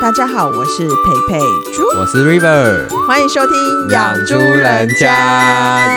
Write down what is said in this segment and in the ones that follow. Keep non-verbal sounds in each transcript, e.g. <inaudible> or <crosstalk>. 大家好，我是佩佩猪，我是 River，欢迎收听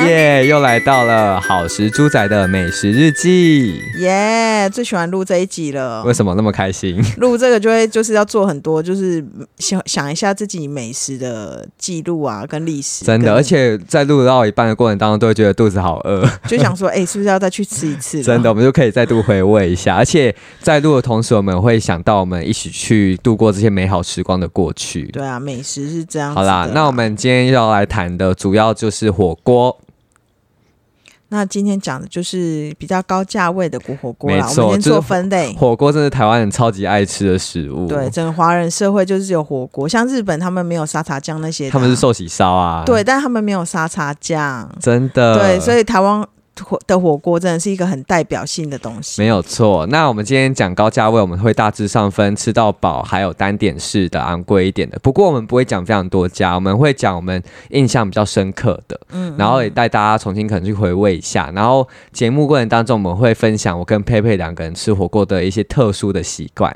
耶又来到了好食猪仔的美食日记。耶最喜欢录这一集了为。什么那么开心？录这个就会就是要做很多，就是想想一下自己美食的记录啊，跟历史跟，真的，而且在录到一半的过程当中，都会觉得肚子好饿，就想说，哎、 <laughs> 是不是要再去吃一次？ <laughs> 真的，，我们就可以再度回味一下。而且在录的同时，我们会想到我们一起去度过这些美好时光的过去。对啊，美食是这样子好的啦，那我们今天要来谈的主要就是火锅，那今天讲的就是比较高价位的古火锅啦，没我错们先就是做分类。火锅真的是台湾人超级爱吃的食物。对，，整个华人社会就是有火锅，像日本他们没有沙茶酱那些的啊，他们是寿喜烧啊。对，，但他们没有沙茶酱，真的。对，所以台湾火的火锅真的是一个很代表性的东西。没有错，那我们今天讲高价位，我们会大致上分吃到饱，还有单点式的昂贵一点的。不过我们不会讲非常多家，我们会讲我们印象比较深刻的，嗯，然后也带大家重新可能去回味一下。然后节目过程当中，我们会分享我跟佩佩两个人吃火锅的一些特殊的习惯。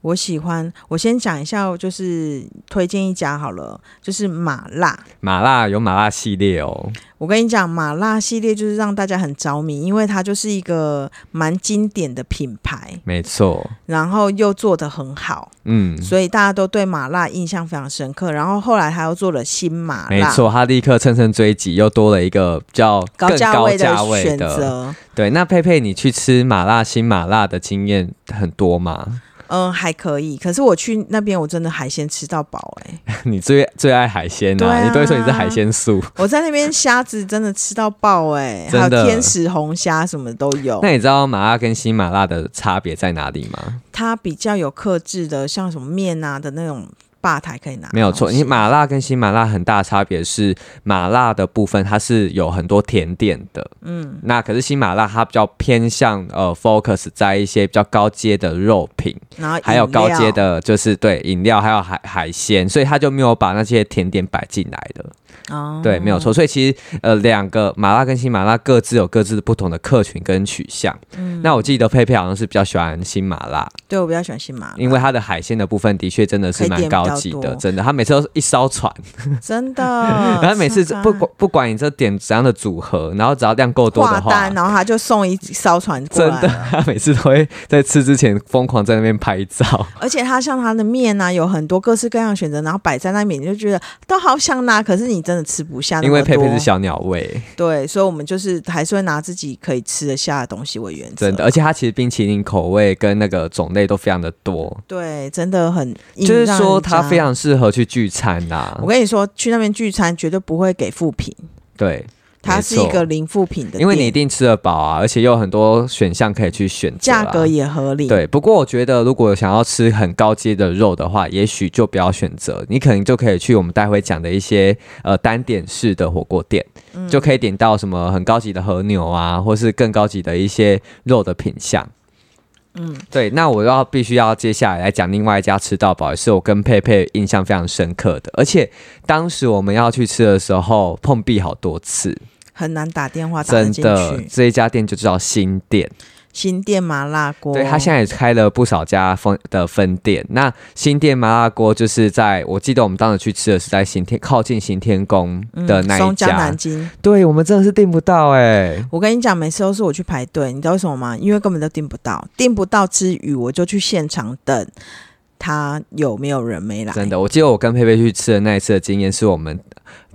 我喜欢，我先讲一下，就是推荐一家好了，就是麻辣。麻辣有麻辣系列哦，我跟你讲，麻辣系列就是让大家很着迷，因为它就是一个蛮经典的品牌，没错，然后又做得很好，嗯。所以大家都对麻辣印象非常深刻。然后后来他又做了新麻没辣，错，他立刻乘胜追击，又多了一个比较高更价高位价位选的择。对，那佩佩，你去吃麻辣新麻辣的经验很多吗？ <laughs> 嗯，还可以。可是我去那边，我真的海鲜吃到饱哎、你最最爱海鲜呐、对啊哦你都会说你是海鲜素。我在那边虾子真的吃到爆哎、还有真的天使红虾什么都有。那你知道麻辣跟新麻辣的差别在哪里吗？它比较有克制的，像什么面啊的那种吧台可以拿。没有错，你麻辣跟新麻辣很大的差别是麻辣的部分它是有很多甜点的，嗯，那可是新麻辣它比较偏向呃 focus 在一些比较高阶的肉品，然后饮料还有高阶，的就是对饮料还有海海鲜，所以它就没有把那些甜点摆进来的。哦、对，没有错。所以其实呃，两个麻辣跟新麻辣各自有各自不同的客群跟取向。嗯那我记得佩佩好像是比较喜欢新麻辣，对我比较喜欢新麻辣，因为它的海鲜的部分的确真的是可以蛮点比较高级的，多哦真的。他每次都是一艘船，真的，嗯 <laughs> 然后每次超不赞管不管你这点怎样的组合，然后只要量够多挂的话单，。啊然后他就送一艘船过真来。的，，他每次都会在吃之前疯狂在那边 <laughs> 拍照，而且它像它的面啊，有很多各式各样的选择，然后摆在那里，你就觉得都好想拿，可是你真的吃不下那因么为多。佩佩是小鸟胃，对，所以我们就是还是会拿自己可以吃得下的东西为原则。真的，，而且它其实冰淇淋口味跟那个种类都非常的多，对，真的很硬，就是让说人它家非。常适合去聚餐啊呐、我跟你说，去那边聚餐绝对不会给负评，对，它没是一错个零负评的店，因为你一定吃得饱啊，而且又有很多选项可以去选择价啦格也合理。对，不过我觉得，如果想要吃很高阶的肉的话，也许就不要选择，你可能就可以去我们待会讲的一些呃单点式的火锅店，嗯就可以点到什么很高级的和牛啊，或是更高级的一些肉的品相。嗯，对，那我要必须要接下来来讲另外一家吃到饱，也是我跟佩佩印象非常深刻的，而且当时我们要去吃的时候碰壁好多次，很难打电话打得真进的，去。这一家店就叫新店，新店麻辣锅，对，它现在也开了不少家分的分店。那新店麻辣锅就是在我记得我们当时去吃的是在新天靠近行天宫的那一嗯松江家，南京。对我们真的是订不到哎、我跟你讲，每次都是我去排队，你知道为什么吗？因为根本都订不到，订不到之余，我就去现场等，他有没有人没来？真的，我记得我跟佩佩去吃的那一次的经验是我们。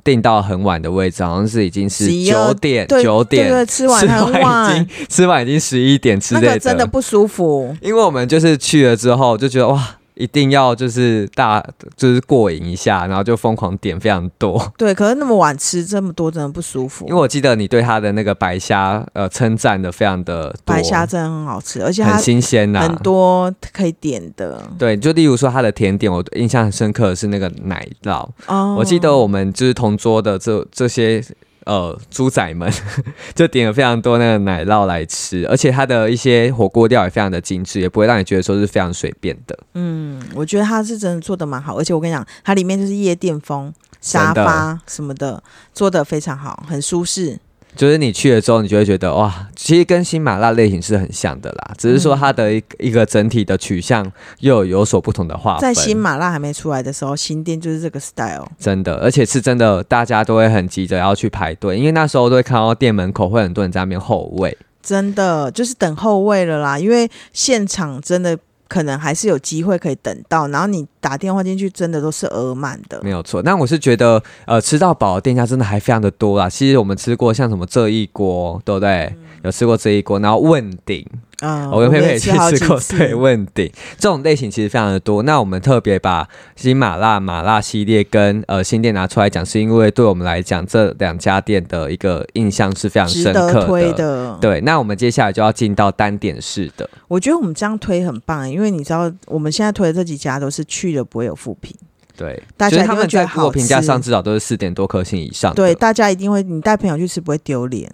订到很晚的位置，好像是已经是11九点，对，九点对对，吃完很已晚，经 <laughs> 吃完已经十一点之那类个真的不舒服。因为我们就是去了之后就觉得哇，一定要就是大就是过瘾一下，然后就疯狂点非常多。 <laughs> 对，可是那么晚吃这么多，真的不舒服。因为我记得你对它的那个白虾呃称赞的非常的多，白虾真的很好吃，而且它很新鲜呐、很多可以点的。对，就例如说它的甜点，我印象很深刻的是那个奶酪。哦，我记得我们就是同桌的这这些呃猪仔们， <laughs> 就点了非常多那个奶酪来吃，而且它的一些火锅料也非常的精致，也不会让你觉得说是非常随便的。我觉得它是真的做的蛮好，而且我跟你讲，它里面就是夜店风沙真的发什么的，做的非常好，很舒适。就是你去了之后，你就会觉得哇，其实跟新麻辣类型是很像的啦，只是说它的一个一个整体的取向又有所不同的划分。在新麻辣还没出来的时候，新店就是这个 style。真的，而且是真的，大家都会很急着要去排队，因为那时候都会看到店门口会很多人在那边候位。真的就是等后位了啦，因为现场真的可能还是有机会可以等到，然后你打电话进去，真的都是额满的。没有错，那我是觉得，呃，吃到饱的店家真的还非常的多啦。其实我们吃过像什么这一锅，对不对？有吃过这一锅，然后问鼎，嗯，我跟佩佩也也去好几吃过，次对，问鼎这种类型其实非常的多。那我们特别把新麻辣、麻辣系列跟呃新店拿出来讲，是因为对我们来讲，这两家店的一个印象是非常值深得刻推的。的。对，那我们接下来就要进到单点式的，我觉得我们这样推很棒、欸因为你知道我们现在推的这几家都是去了不会有负评，对，大就是家他一定们会觉在得 Google 好评价吃上至少都是四点多颗星以上的。对，大家一定会，你带朋友去吃不会丢脸。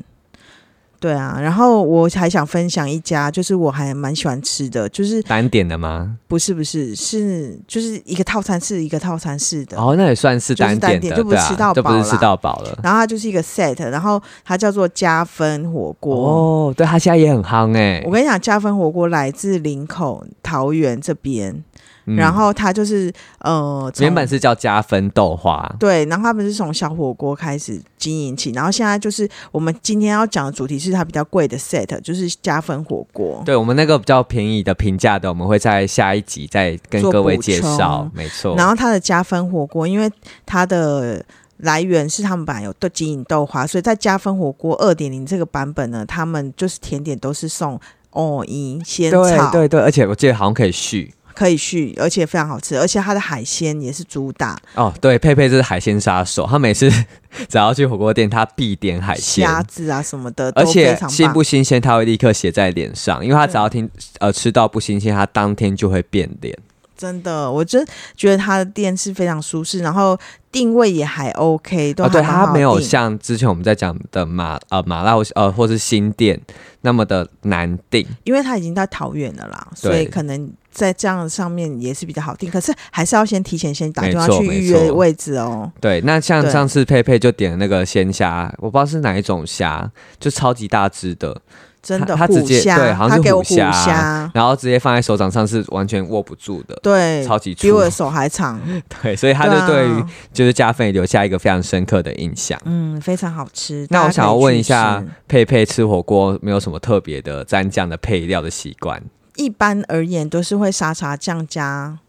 对啊，然后我还想分享一家，就是我还蛮喜欢吃的，就是单点的吗？不是不是是就是一个套餐式一个套餐式的，哦，那也算是就是单单点点的，就不是对啊吃到就不饱是吃啦到饱了。然后它就是一个 set，然后它叫做加分火锅。哦，对，他现在也很夯哎、我跟你讲，加分火锅来自林口、桃园这边，嗯然后它就是呃，从原本是叫加分豆花，对，然后他们是从小火锅开始经营起，然后现在就是我们今天要讲的主题是它比较贵的 set，就是加分火锅。 <laughs> 对我们那个比较便宜的平价的，我们会在下一集再跟做各位补介绍充，没错。然后它的加分火锅，因为它的来源是他们本来有豆经营豆花，所以在加分火锅二点零这个版本呢，他们就是甜点都是送哦一仙对草，对对，而且我记得好像可以续可以续，而且非常好吃，而且它的海鲜也是主打哦。对，佩佩就是海鲜杀手，他每次 <laughs> 只要去火锅店，他必点海鲜。虾子啊什么的，而都非且常新棒。不新鲜，他会立刻写在脸上，因为他只要听呃吃到不新鲜，他当天就会变脸。真的，我真觉得它的店是非常舒适，然后定位也还 OK，都哦，对，还蛮好它没有定像之前我们在讲的麻呃麻辣或是呃或是新店那么的难定。因为它已经在桃园了啦，所以对可能在这样上面也是比较好定，可是还是要先提前先打电话没错去预没约错位置哦。对，那像对上次佩佩就点了那个鲜虾，我不知道是哪一种虾，就超级大只的，真的，它它直虎接虾，对好像他是给我虎虾 <laughs> 虾，然后直接放在手掌上是完全握不住的，对，超级比粗我。的手还长，对，所以 <laughs> 他就对对于啊就是加分也留下一个非常深刻的印象。嗯，非常好吃。那大我家想可以要问去一下吃，佩佩吃火锅没有什么特别的蘸酱的配料的习惯？一般而言都是会沙茶酱加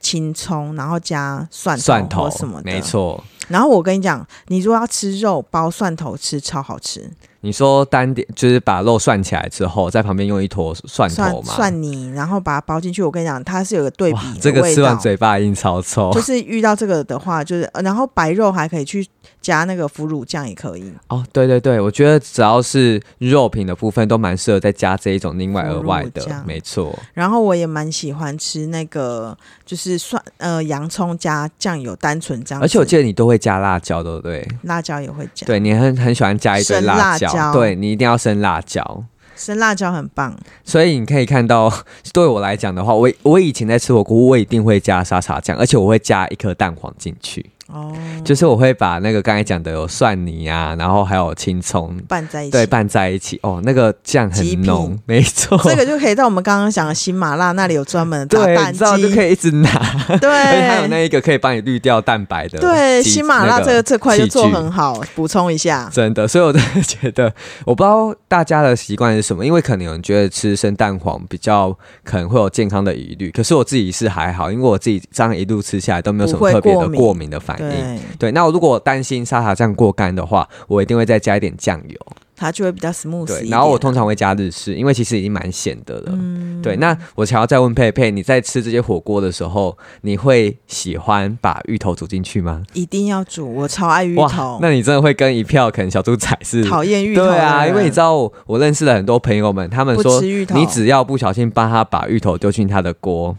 青葱，然后加蒜蒜头或什么的。没。错。然后我跟你讲，你如果要吃肉包蒜头吃，超好吃，你说单点就是把肉涮起来之后，在旁边用一坨蒜头蒜嘛？蒜泥，然后把它包进去。我跟你讲，它是有个对比哇，的这个味吃完道嘴巴一定超臭 <laughs> 就是遇到这个的话，就是呃然后白肉还可以去加那个腐乳酱也可以，哦。对对对，我觉得只要是肉品的部分，都蛮适合再加这一种另外额外腐乳的，酱没错。然后我也蛮喜欢吃那个，就是蒜呃洋葱加酱油单纯这样子，而且我记得你都会加辣椒，对不对？辣椒也会加，对你很很喜欢加一堆生辣辣椒，椒对你一定要生辣椒。生辣椒很棒，所以你可以看到，对我来讲的话，我我以前在吃火锅，我一定会加沙茶酱，而且我会加一颗蛋黄进去，哦，就是我会把那个刚才讲的有蒜泥啊，然后还有青葱拌在一起。对，拌在一起哦，那个酱极很品浓，没错，这个就可以在我们刚刚讲的新麻辣那里有专门的打 <laughs> 对，蛋你机知，道就可以一直拿， <laughs> 而且还有对那一个可以帮你滤掉蛋白的机，哎对，新麻辣那这个这块就做器具很好，补充一下，真的，所以我真的觉得，我不知道大家的习惯是什么，因为可能有人觉得吃生蛋黄比较可能会有健康的疑虑，可是我自己是还好，因为我自己这样一路吃下来都没有什不么会特别的过敏过敏的反应。对，对，那我如果担心沙茶酱过干的话，我一定会再加一点酱油。它就会比较 smooth 一对，点。然后我通常会加日式，因为其实已经蛮咸的了。嗯对，那我想要再问佩佩，你在吃这些火锅的时候，你会喜欢把芋头煮进去吗？一定要煮，我超爱芋头，那你真的会跟一票可能小猪仔是？讨厌芋头的对人。啊，因为你知道我我认识了很多朋友们，他们不说吃芋头，你只要不小心帮他把芋头丢进他的锅，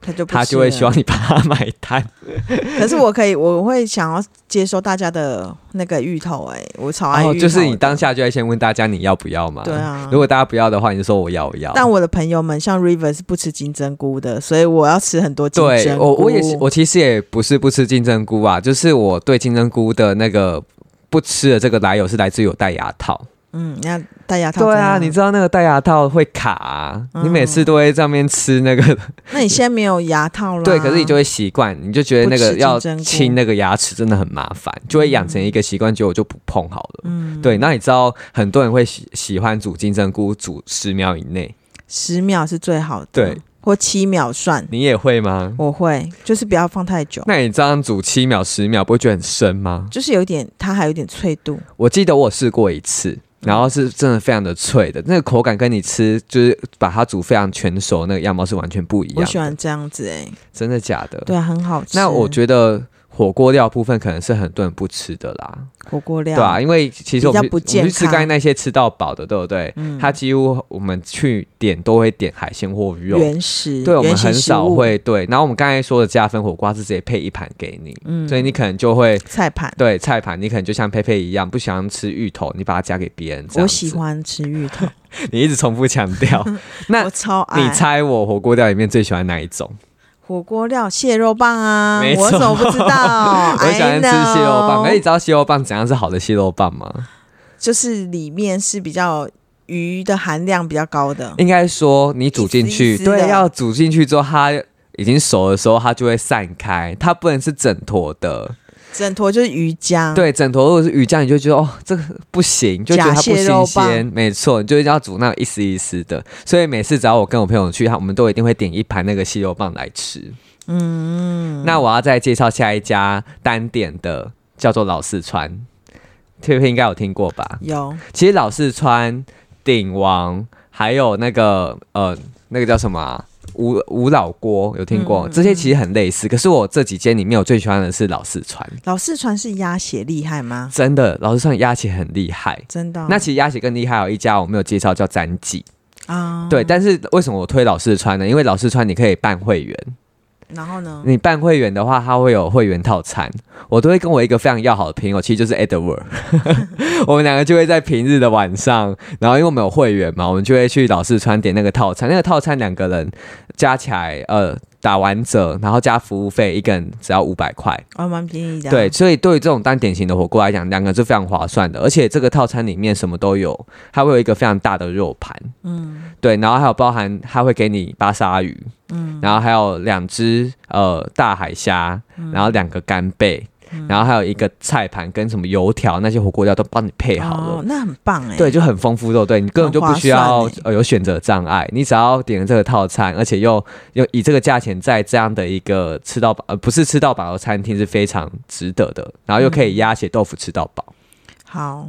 他就不他吃就会了希望你帮他买单。可是我可以，我会想要接收大家的那个芋头、哎，我超爱芋头哦，的、就是你当下就会先问大家你要不要嘛？对啊如果大家不要的话，你就说我要我要。但我的朋友们像 River 是不吃金针菇的，所以我要吃很多金对针菇。我，我也是，我其实也不是不吃金针菇啊，就是我对金针菇的那个不吃的这个来由是来自于我戴牙套。嗯，那戴牙套对怎啊，样你知道那个戴牙套会卡啊、嗯你每次都会在那边吃那个，那你现在没有牙套了，对，可是你就会习惯，你就觉得那不吃个金要针菇清那个牙齿真的很麻烦，就会养成一个习惯，觉得我就不碰好了。嗯，对，那你知道很多人会喜喜欢煮金针菇煮十秒以内，十秒是最好的，对，或七秒算，你也会吗？我会就是不要放太久，那你这样煮七秒、十秒，不会觉得很深吗？就是有一点它还有一点脆度，我记得我试过一嗯次，然后是真的非常的脆的，那个口感跟你吃就是把它煮非常全熟那个样貌是完全不一我样喜的。欢这样子哎、欸，真的假的？对啊，很好吃。那我觉得火锅料部分可能是很多人不吃的啦，火锅料对啊，因为其实我们比较去不我健们去吃康刚才那些吃到饱的，对不对？嗯它几乎我们去点都会点海鲜或肉，原始，对我们原型很食少物会对。然后我们刚才说的加分火锅它是直接配一盘给你，嗯所以你可能就会菜盘，对菜盘，你可能就像佩佩一样，不喜欢吃芋头，你把它夹给别人。这我样喜子，欢吃芋头，你一直重复强调。 <laughs> 那我哎超爱。你猜我火锅料里面最喜欢哪一种？火锅料蟹肉棒啊，没错我怎么不知道？我喜欢 I 吃 know 蟹肉棒，可是哎你知道蟹肉棒怎样是好的蟹肉棒吗？嗯就是里面是比较鱼的含量比较高的，应该说你煮进去，一丝一丝的对，要煮进去之后，它已经熟的时候，它就会散开，它不能是整坨的。整坨就是鱼浆。，对，整坨如果是鱼酱，你就觉得哦，这个不行，就觉得它不假蟹肉新棒鲜。没错，你就一定要煮那种一丝一丝的。所以每次只要我跟我朋友去，他我们都一定会点一盘那个蟹肉棒来吃。嗯，那我要再介绍下一家单点的，叫做老四川，佩佩应该有听过吧？有其实老四川、鼎王，还有那个呃，那个叫什么啊、吴吴老锅有听过，嗯嗯这些其实很类似。可是我这几间里面，我最喜欢的是老四川，老四川是鸭血厉害吗？真的老四川鸭血很厉害。真的哦、那其实鸭血更厉害，有一家我没有介绍叫詹记，啊，对。但是为什么我推老四川呢？因为老四川你可以办会员，然后呢？你办会员的话，它会有会员套餐。我都会跟我一个非常要好的朋友，其实就是 Edward，我们两个就会在平日的晚上，然后因为我们有会员嘛，我们就会去老四川点那个套餐。那个套餐两个人加起来，呃，打完折，然后加服务费，一个人只要五百块。哦，蛮便宜的啊、对，所以对于这种单点型的火锅来讲，两个是非常划算的。而且这个套餐里面什么都有，它会有一个非常大的肉盘，嗯，对，然后还有包含它会给你巴沙鱼，嗯，然后还有两只呃大海虾，然后两个干贝，然后还有一个菜盘跟什么油条那些火锅料都帮你配好了。哦，那很棒哎、对，，就很丰富，对不对？你根本就不需很要、划算欸呃有选择障碍，你只要点了这个套餐，而且又又以这个价钱在这样的一个吃到饱，呃不是吃到饱的餐厅是非常值得的，然后又可以鸭血豆腐吃到 <laughs> 饱。好。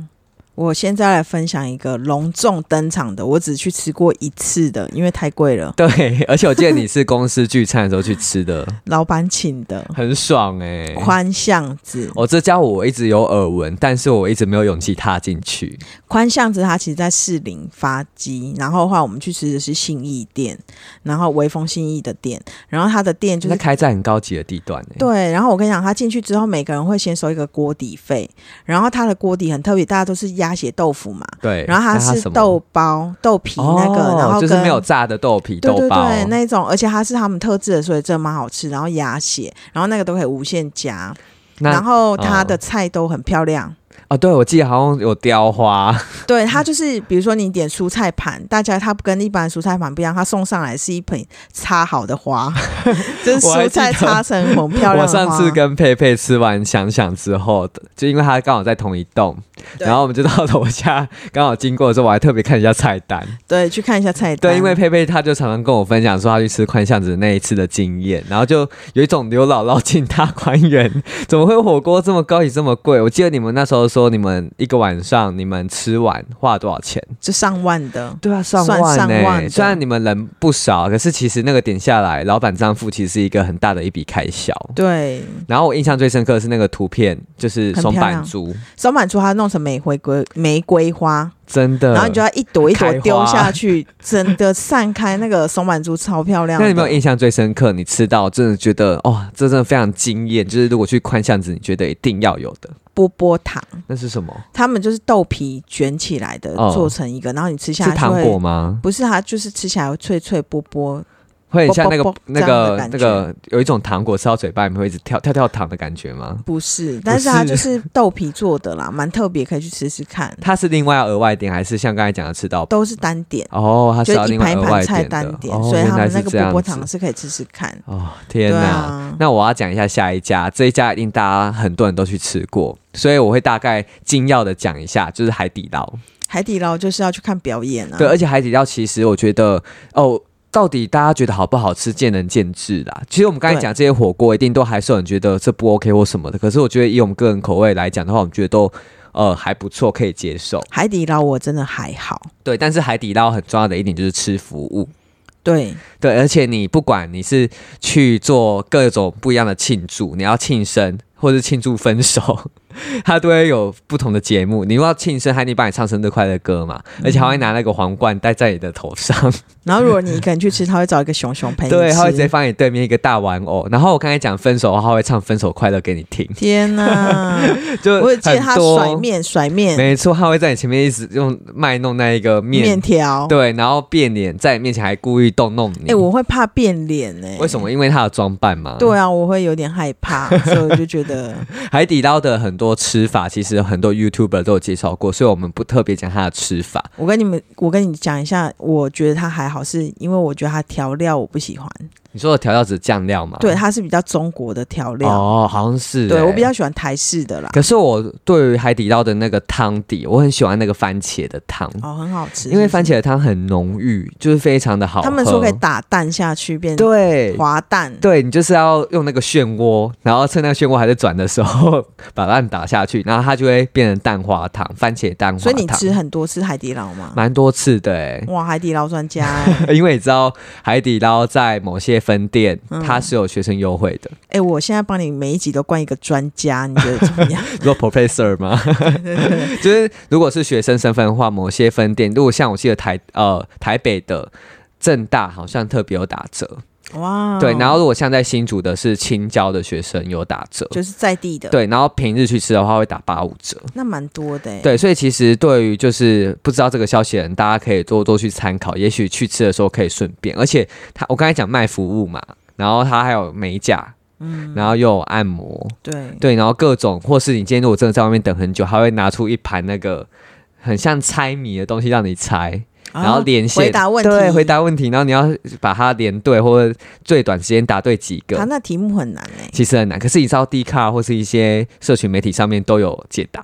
我现在来分享一个隆重登场的，我只去吃过一次的，因为太贵了，对，而且我记得你是公司聚餐的时候去吃的，老板请的很爽哎、 <laughs> 宽巷子。哦，这家我一直有耳闻，但是我一直没有勇气踏进去。宽巷子它其实在士林发迹，然后的话我们去吃的是信义店，然后微风信义的店，然后它的店就那是开在很高级的地段哎呢、对，然后我跟你讲，他进去之后，每个人会先收一个锅底费，然后他的锅底很特别，大家都是鸭血豆腐嘛，对，然后那它是什么豆包、豆皮那个，哦然后就是跟没有炸的豆皮对豆对包，对那一种，而且它是他们特制的，所以真的蛮好吃。然后鸭血，然后那个都可以无限加，那然后它哦的菜都很漂亮。哦，对，我记得好像有雕花，对，它嗯就是比如说你点蔬菜盘，大家它跟一般蔬菜盘不一样，它送上来是一盆插好的 <laughs> 花，就是我蔬还记得菜插成 <laughs> 很漂亮我的花。上次跟佩佩吃完想想之后，就因为他刚好在同一栋，对然后我们就到楼下，刚好经过的时候，我还特别看一下菜单。对去看一下菜单，对，因为佩佩她就常常跟我分享说她去吃宽巷子那一次的经验，然后就有一种刘姥姥进大观园， <laughs> 怎么会火锅这么高级这么贵？我记得你们那时候说你们一个晚上你们吃完花了多少钱？就上万的。对啊，上算万上呢、万的虽然你们人不少，可是其实那个点下来，老板账付其实是一个很大的一笔开销。对，然后我印象最深刻的是那个图片，就是松板猪，松板猪它弄成玫瑰瑰玫瑰花，真的。然后你就要一朵一朵嗯开花丢下去，真的散开那个松板猪超漂亮的。那你有没有印象最深刻？你吃到真的觉得哦，这真的非常惊艳。就是如果去宽巷子，你觉得一定要有的，波波糖？那是什么？他们就是豆皮卷起来的，哦做成一个，然后你吃下是来就糖会果吗？不是它，就是吃起来会脆脆波波会很像那个啵啵啵那这样的个感那觉个有一种糖果吃到嘴巴里面会一直跳跳跳糖的感觉吗？不是，但是它就是豆皮做的啦，蛮特别，可以去吃吃看。它是另外要额外点，还是像刚才讲的吃到饱？都是单点，哦，它是就要是一另盘一外额盘外菜点的单点，哦所以他原来们是那个这波样波子糖是可以吃吃看。哦，天对哪！啊那我要讲一下下一家，这一家一定大家很多人都去吃过，所以我会大概精要的讲一下，就是海底捞。海底捞就是要去看表演啊，对，而且海底捞其实我觉得哦。到底大家觉得好不好吃，见仁见智啦。其实我们刚才对讲这些火锅，一定都还是有人觉得这不 OK 或什么的。可是我觉得以我们个人口味来讲的话，我们觉得都呃还不错，可以接受。海底捞我真的还好，对，但是海底捞很重要的一点就是吃服务。对，对，而且你不管你是去做各种不一样的庆祝，你要庆生或是庆祝分手， <laughs> 它都会有不同的节目。你又要庆生，还得帮你唱生日快乐歌嘛，而且还嗯会拿那个皇冠戴在你的头上，然后如果你一个人去吃，他会找一个熊熊陪你吃。 <laughs> 对，他会直接放你对面一个大玩偶。然后我刚才讲分手的话，他会唱分手快乐给你听，天哪、就我有记得 <laughs> 很他多甩，面甩面没错，他会在你前面一直用卖弄那一个面，面条，对，然后变脸在你面前还故意动弄你，哎、我会怕变脸哎、为什么？因为他的装扮嘛，对啊，我会有点害 <laughs> 怕，所以我就觉得海底捞的很多吃法，其实很多 YouTuber 都有介绍过，所以我们不特别讲它的吃法。我跟你们，我跟你讲一下，我觉得它还好，是因为我觉得它调料我不喜欢，你说的调料只是酱料吗？对，，它是比较中国的调料，哦，好像是欸、对我比较喜欢台式的啦，可是我对于海底捞的那个汤底，我很喜欢那个番茄的汤，哦，很好吃，因为是不是番茄的汤很浓郁，就是非常的好喝。他们说可以打蛋下去变对。滑蛋，对你就是要用那个漩涡，然后趁那个漩涡还在转的时候， <laughs> 把蛋打下去，然后它就会变成蛋花汤，番茄蛋花所汤。以你吃很多次海底捞吗？蛮多次的、欸，哇，海底捞 <laughs> 专家、哎因为你知道海底捞在某些分店，它是有学生优惠的，哎、我现在帮你每一集都冠一个专家，你觉得怎么样？你说 professor 吗？就是如果是学生身份的话，某些分店，如果像我记得台呃台北的。正大好像特别有打折，哇， <laughs> 对。然后如果像在新竹的是青椒的学生有打折，就是在地的，，对。然后平日去吃的话会打八五折，那蛮多的、哎，对。所以其实对于就是不知道这个消息的人，大家可以多多去参考，也许去吃的时候可以顺便。而且他我刚才讲卖服务嘛，然后他还有美甲，嗯，然后又有按摩，对，对，然后各种，或是你今天如果真的在外面等很久，他会拿出一盘那个很像猜谜的东西让你猜，然后啊连线回答问题，对，回。答问题，然后你要把它连对，或者最短时间答对几他个。啊那题目很难哎、其实很难，可是你知道 D 卡或是一些社群媒体上面都有解答，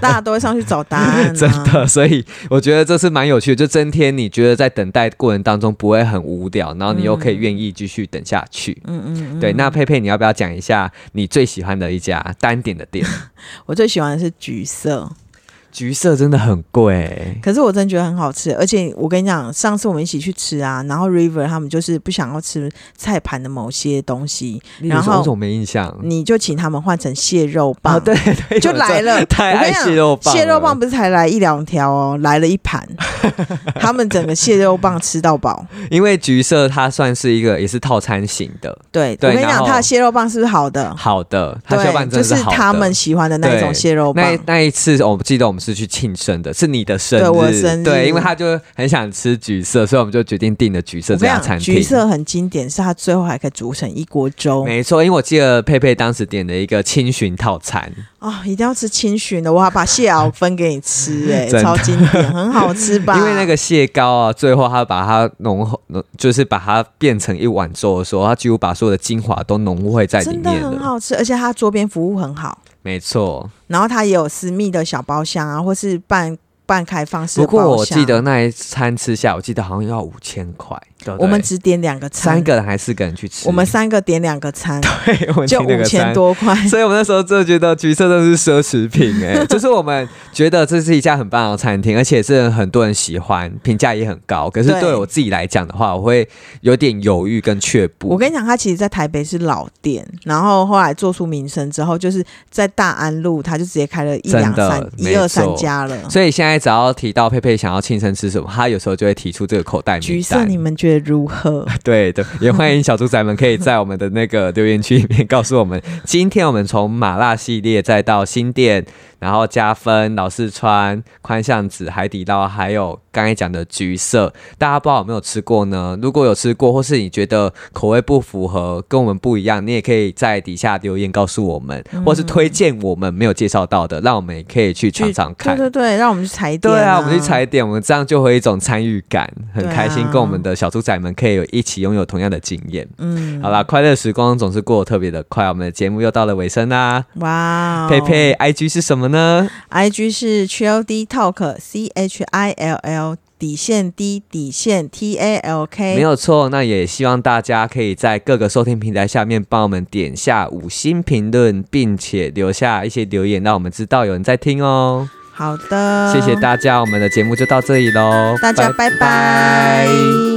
大家都会上去找答案、啊， <laughs> 真的，所以我觉得这是蛮有趣的，就增添你觉得在等待过程当中不会很无聊，然后你又可以愿意继续等下去。嗯嗯嗯，对，那佩佩，你要不要讲一下你最喜欢的一家单点的店？我最喜欢的是橘色，橘色真的很贵，可是我真的觉得很好吃，而且我跟你讲，上次我们一起去吃啊，然后 River 他们就是不想要吃菜盘的某些东西，然我怎后么没印象？你就请他们换成蟹肉棒，啊，对对，就来了。 <laughs> 太我跟爱你讲蟹肉棒了，蟹肉棒不是才来一两条哦，来了一盘， <laughs> 他们整个蟹肉棒吃到饱。因为橘色它算是一个也是套餐型的，对，对我跟你然讲，后他的蟹肉棒是不是好的？好的，它蟹肉对，棒就真的是好的。他们喜欢的那一种对蟹肉棒。那一那一次，我记得我们是去庆生的，是你的生日，对我的生日对因为他就很想吃橘色，所以我们就决定订了橘色我这跟家你餐讲，厅。橘色很经典，是它最后还可以煮成一锅粥没错，因为我记得佩佩当时点的一个清寻套餐，啊、一定要吃清寻的，我还把蟹熬分给你吃、欸， <laughs> 真的哎，超经典，很好吃吧？因为那个蟹膏啊，最后它把它浓厚，浓就是把它变成一碗粥的时候，它几乎把所有的精华都浓汇在里真的面很了。好吃，而且它桌边服务很好，没错，然后它也有私密的小包厢啊，或是半半开放式不的包厢。过我记得那一餐吃下，我记得好像要五千块，对不对我们只点两个餐，三，个人还是四个人去吃，我们三个点两个 <laughs> 餐，对， <laughs> 我们就订那五个千餐。多块。 <laughs> 所以我们那时候就觉得橘色真的是奢侈品 <laughs> 哎、就是我们觉得这是一家很棒的餐厅，而且是很多人喜欢，评价也很高。可是对对我自己来讲的话，我会有点犹豫跟却步。我跟你讲，它其实，在台北是老店，然后后来做出名声之后，就是在大安路，它就直接开了一真两的三、没一二三错家了。所以现在只要提到佩佩想要庆生吃什么，他有时候就会提出这个口袋橘名色，单你。们觉得如 <laughs> 何？对的，也欢迎小猪仔们可以在我们的那个留言区里面告诉我们，今天我们从麻辣系列再到新店然后加分、老四川、宽巷子、海底捞，还有刚才讲的橘色，大家不知道有没有吃过呢？如果有吃过，或是你觉得口味不符合，跟我们不一样，你也可以在底下留言告诉我们，或是推荐我们没有介绍到的，让我们也可以去尝尝看。对对对，让我们去踩点、对啊，啊，我们去踩点，我们这样就会有一种参与感，很对啊开心，跟我们的小猪仔们可以有一起拥有同样的经验。嗯，好啦，快乐时光总是过得特别的快，我们的节目又到了尾声啦。哇、哦，佩佩，IG 是什么呢？ IG 是 ChiLD Talk C H I L L 底线 D 底线 T A L K，没有错，那也希望大家可以在各个收听平台下面帮我们点下五星评论，并且留下一些留言，让我们知道有人在听哦。好的，谢谢大家，我们的节目就到这里喽，大家，拜拜